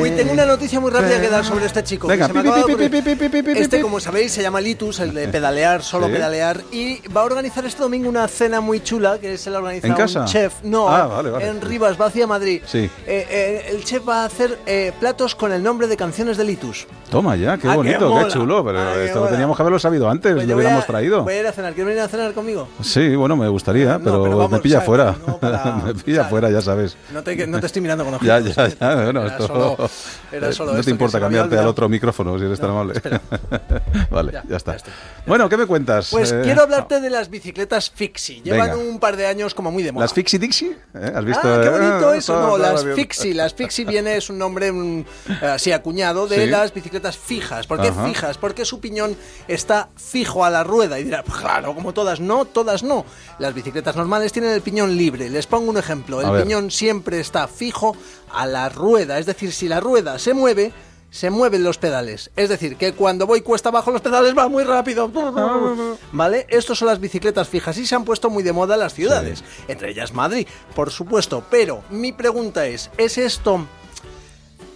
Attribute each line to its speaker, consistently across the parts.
Speaker 1: Uy, tengo una noticia muy rápida que dar sobre este chico. que
Speaker 2: Venga,
Speaker 1: se me
Speaker 2: pi,
Speaker 1: acaba de
Speaker 2: pi, pi,
Speaker 1: ocurrir.
Speaker 2: pi, pi, pi, pi, pi,
Speaker 1: Este,
Speaker 2: pi.
Speaker 1: como sabéis, se llama Litus, el de pedalear, solo
Speaker 2: Sí.
Speaker 1: pedalear. Y va a organizar este domingo una cena muy chula que se la organiza
Speaker 2: ¿En
Speaker 1: un
Speaker 2: casa?
Speaker 1: chef. No,
Speaker 2: Ah, vale, vale.
Speaker 1: en Rivas, Vacía, Madrid.
Speaker 2: Sí.
Speaker 1: Eh, eh, el chef va a hacer eh, platos con el nombre de canciones de Litus.
Speaker 2: Toma ya, qué
Speaker 1: Ah, qué
Speaker 2: bonito, qué,
Speaker 1: mola.
Speaker 2: chulo. Pero
Speaker 1: Ah, qué
Speaker 2: esto lo
Speaker 1: mola.
Speaker 2: teníamos que haberlo sabido antes,
Speaker 1: Pues yo
Speaker 2: lo
Speaker 1: voy a-
Speaker 2: hubiéramos traído.
Speaker 1: Voy a ir a cenar. ¿Quieres venir a cenar conmigo?
Speaker 2: Sí, bueno, me gustaría,
Speaker 1: No,
Speaker 2: pero,
Speaker 1: pero vamos,
Speaker 2: me pilla
Speaker 1: ¿sabes?
Speaker 2: fuera.
Speaker 1: No, para-
Speaker 2: me pilla
Speaker 1: ¿sabes?
Speaker 2: fuera, ya sabes.
Speaker 1: No te, no te estoy mirando con
Speaker 2: Ya,
Speaker 1: ojos.
Speaker 2: ya, ya. Bueno,
Speaker 1: Era
Speaker 2: esto, Eh,
Speaker 1: solo- era
Speaker 2: no
Speaker 1: solo esto,
Speaker 2: te
Speaker 1: que se
Speaker 2: importa
Speaker 1: me había
Speaker 2: cambiarte al
Speaker 1: olvidado.
Speaker 2: otro micrófono si eres tan amable. vale,
Speaker 1: Ya,
Speaker 2: ya,
Speaker 1: ya
Speaker 2: está.
Speaker 1: estoy.
Speaker 2: Bueno, ¿qué me cuentas?
Speaker 1: Pues
Speaker 2: Eh,
Speaker 1: quiero hablarte de las bicicletas fixie. Llevan
Speaker 2: Venga.
Speaker 1: un par de años como muy de moda.
Speaker 2: ¿Las Fixie Dixie? ¿Eh? ¿Has visto?
Speaker 1: Ah, qué bonito
Speaker 2: Eh,
Speaker 1: eso.
Speaker 2: todo-
Speaker 1: No,
Speaker 2: todo
Speaker 1: las
Speaker 2: bien.
Speaker 1: Fixie. Las Fixie viene, es un nombre mm, así acuñado de
Speaker 2: Sí.
Speaker 1: las bicicletas fijas. ¿Por qué
Speaker 2: Ajá.
Speaker 1: fijas? Porque su piñón está fijo a la rueda. Y dirá, claro, como todas no, todas no. Las bicicletas normales tienen el piñón libre. Les pongo un ejemplo.
Speaker 2: A
Speaker 1: El
Speaker 2: ver.
Speaker 1: piñón siempre está fijo a la rueda. Es decir, si la rueda se mueve. Se mueven los pedales. Es decir, que cuando voy cuesta abajo los pedales va muy rápido.
Speaker 2: Ah,
Speaker 1: ¿Vale? Estos son las bicicletas fijas y se han puesto muy de moda en las ciudades. Entre ellas Madrid, por supuesto. Pero mi pregunta es, ¿es esto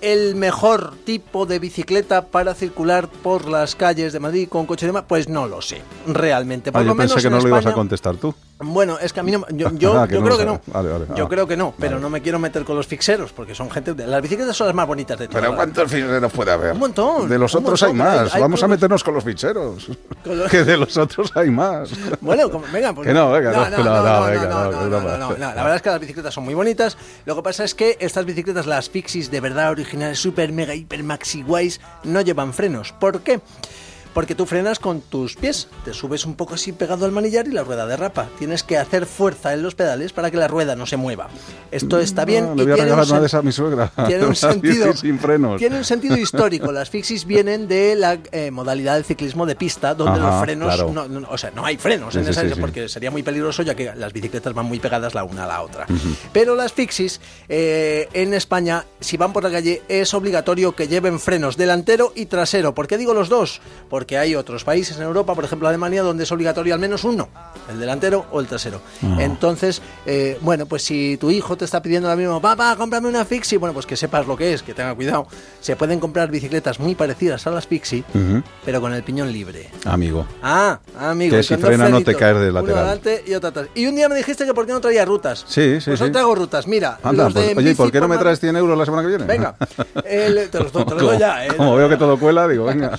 Speaker 1: el mejor tipo de bicicleta para circular por las calles de Madrid con coche de ma- Pues no lo sé, realmente. Por
Speaker 2: Ah,
Speaker 1: lo
Speaker 2: yo pensé
Speaker 1: menos
Speaker 2: que
Speaker 1: en
Speaker 2: no lo ibas a
Speaker 1: España-
Speaker 2: contestar tú.
Speaker 1: Bueno, es que a mí no... Yo, yo-
Speaker 2: Ah, que
Speaker 1: yo
Speaker 2: no lo
Speaker 1: creo que no.
Speaker 2: sabe. Vale, vale,
Speaker 1: yo
Speaker 2: ah,
Speaker 1: creo que no, pero
Speaker 2: vale.
Speaker 1: no me quiero meter con los fixeros, porque son gente... de- Las bicicletas son las más bonitas de todas.
Speaker 2: Pero ¿cuántos ficheros puede haber?
Speaker 1: Un montón,
Speaker 2: De los
Speaker 1: un
Speaker 2: otros
Speaker 1: montón,
Speaker 2: hay
Speaker 1: hay-
Speaker 2: más.
Speaker 1: hay
Speaker 2: Vamos a
Speaker 1: todos.
Speaker 2: meternos con los ficheros.
Speaker 1: Con los-
Speaker 2: Que de los otros hay más.
Speaker 1: Bueno, como- venga, pues.
Speaker 2: Que no, venga, no,
Speaker 1: no, no,
Speaker 2: no,
Speaker 1: no,
Speaker 2: no,
Speaker 1: no,
Speaker 2: venga,
Speaker 1: no,
Speaker 2: no,
Speaker 1: no,
Speaker 2: que
Speaker 1: no,
Speaker 2: broma.
Speaker 1: no, no. La verdad es que las bicicletas son muy bonitas. Lo que pasa es que estas bicicletas, las Pixies de verdad originales, super, mega, hiper, maxi guays, no llevan frenos. ¿Por qué? Porque tú frenas con tus pies, te subes un poco así pegado al manillar y la rueda derrapa. Tienes que hacer fuerza en los pedales para que la rueda no se mueva. Esto está bien.
Speaker 2: Ah,
Speaker 1: y
Speaker 2: le voy a
Speaker 1: tiene un
Speaker 2: regalar
Speaker 1: sen-
Speaker 2: una de esas a mi suegra.
Speaker 1: tiene un
Speaker 2: Unas
Speaker 1: sentido
Speaker 2: bicis sin frenos.
Speaker 1: Tiene un sentido histórico. Las fixies vienen de la eh, modalidad del ciclismo de pista, donde
Speaker 2: Ajá,
Speaker 1: los frenos,
Speaker 2: claro.
Speaker 1: no, no- o sea, no hay frenos
Speaker 2: Sí,
Speaker 1: en
Speaker 2: sí,
Speaker 1: esa,
Speaker 2: sí, sí.
Speaker 1: porque Eh, sería muy peligroso ya que las bicicletas van muy pegadas la una a la otra. Pero las fixies eh, en España, si van por la calle, es obligatorio que lleven frenos delantero y trasero. ¿Por qué digo los dos? Porque hay otros países en Europa, por ejemplo Alemania, donde es obligatorio al menos uno, el delantero o el trasero. Entonces, eh, bueno, pues si tu hijo te está pidiendo ahora mismo, papá, cómprame una fixie, bueno, pues que sepas lo que es, que tenga cuidado. Se pueden comprar bicicletas muy parecidas a las fixie,
Speaker 2: Ujú.
Speaker 1: pero con el piñón libre.
Speaker 2: Amigo.
Speaker 1: Ah, amigo.
Speaker 2: Que
Speaker 1: y
Speaker 2: si
Speaker 1: con dos
Speaker 2: frena no te
Speaker 1: frenitos,
Speaker 2: caes del
Speaker 1: uno
Speaker 2: lateral.
Speaker 1: adelante y otro atrás. Y un día me dijiste que por qué no traía rutas.
Speaker 2: Sí, sí,
Speaker 1: Pues no
Speaker 2: sí.
Speaker 1: traigo rutas, mira.
Speaker 2: Anda,
Speaker 1: los de
Speaker 2: pues, oye, ¿y por
Speaker 1: bici
Speaker 2: qué no me
Speaker 1: Mar-
Speaker 2: traes 100 euros la semana que viene?
Speaker 1: Venga, el- te los doy te los
Speaker 2: Como-
Speaker 1: doy ya. eh.
Speaker 2: Como veo que todo cuela, digo, venga.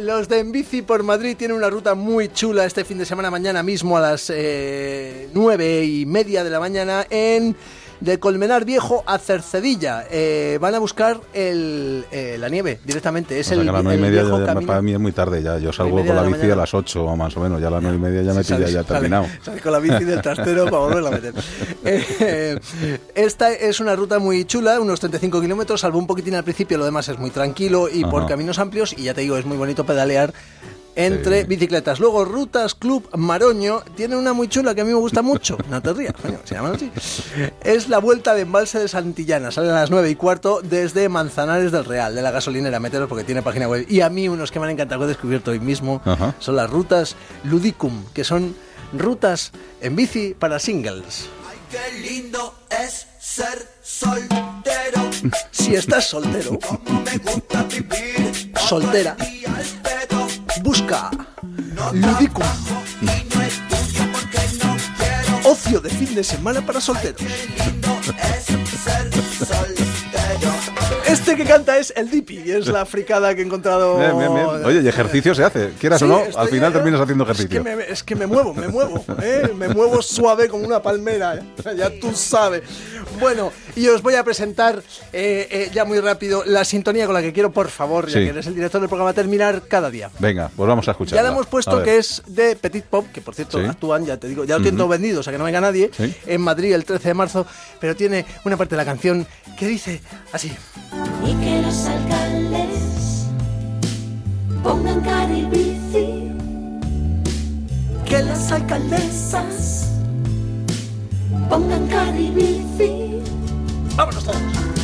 Speaker 1: Los de Enbici por Madrid tienen una ruta muy chula este fin de semana, mañana mismo a las eh, nueve y media de la mañana en de Colmenar Viejo a Cercedilla. Eh, van a buscar el, eh, la nieve directamente. Es
Speaker 2: O sea,
Speaker 1: el,
Speaker 2: que a las nueve
Speaker 1: el
Speaker 2: y media
Speaker 1: viejo
Speaker 2: ya- ya-
Speaker 1: camino.
Speaker 2: para mí es muy tarde ya. Yo salgo
Speaker 1: media
Speaker 2: con la
Speaker 1: de la
Speaker 2: bici
Speaker 1: mañana.
Speaker 2: a las 8 o más o menos. Ya a las nueve y media ya me pilla
Speaker 1: Sale-
Speaker 2: ya
Speaker 1: sale-
Speaker 2: terminado.
Speaker 1: sale con la bici del trastero para volverla a meter. Eh, esta es una ruta muy chula, unos 35 kilómetros, salvo un poquitín al principio, lo demás es muy tranquilo y por
Speaker 2: Ajá.
Speaker 1: caminos amplios, y ya te digo, es muy bonito pedalear entre
Speaker 2: Sí.
Speaker 1: bicicletas. Luego, Rutas Club Maroño tiene una muy chula que a mí me gusta mucho. No te rías, coño, se llaman así. Es la vuelta de embalse de Santillana. Salen a las 9 y cuarto desde Manzanares del Real, de la gasolinera. Meteros porque tiene página web. Y a mí, unos que me han encantado que he descubierto hoy mismo
Speaker 2: Ajá.
Speaker 1: son las rutas Ludicum, que son rutas en bici para singles.
Speaker 3: Ay, qué lindo es ser soltero.
Speaker 1: Si estás soltero,
Speaker 3: Cómo me gusta vivir.
Speaker 1: Soltera.
Speaker 3: Todo el día al pedo.
Speaker 1: busca Ludicum,
Speaker 3: Y no estudio porque no quiero.
Speaker 1: ocio de fin de semana para solteros.
Speaker 3: Qué lindo es ser soltero.
Speaker 1: Este que canta es el Dipi, y es la fricada que he encontrado.
Speaker 2: Bien, bien, bien. Oye, y ejercicio se hace. Quieras
Speaker 1: Sí,
Speaker 2: o no,
Speaker 1: estoy-
Speaker 2: al final terminas haciendo
Speaker 1: es que
Speaker 2: ejercicio.
Speaker 1: me- Es que me, muevo, me muevo, ¿eh? me muevo suave como una palmera, ¿eh? ya tú sabes. Bueno, y os voy a presentar eh, eh, ya muy rápido la sintonía con la que quiero, por favor, ya
Speaker 2: Sí.
Speaker 1: que eres el director del programa, terminar cada día.
Speaker 2: Venga, pues vamos a escuchar.
Speaker 1: Ya le hemos puesto que es de Petit Pop, que por cierto
Speaker 2: Sí.
Speaker 1: actúan, ya te digo, ya lo tienen todo vendido, o sea que no venga nadie,
Speaker 2: Sí.
Speaker 1: en Madrid el 13 de marzo, pero tiene una parte de la canción que dice así.
Speaker 4: y que los alcaldes pongan cara y bici, que las alcaldesas pongan cara y bici.
Speaker 1: Vámonos todos.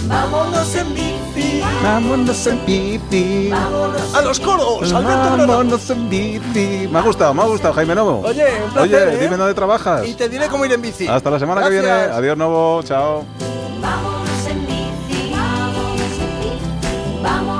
Speaker 4: Vámonos en bici,
Speaker 2: Vámonos en bici.
Speaker 4: vámonos.
Speaker 1: A los coros, Alberto Brono.
Speaker 2: Vámonos en bici. Pues Me ha gustado, me ha gustado, Jaime Novo.
Speaker 1: Oye, un placer,
Speaker 2: Oye,
Speaker 1: ¿eh?
Speaker 2: dime dónde trabajas.
Speaker 1: Y te diré cómo ir en bici.
Speaker 2: Hasta la semana que viene.
Speaker 1: Gracias.
Speaker 2: Adiós, Novo. Chao.
Speaker 4: Vámonos en bici, vámonos en bici.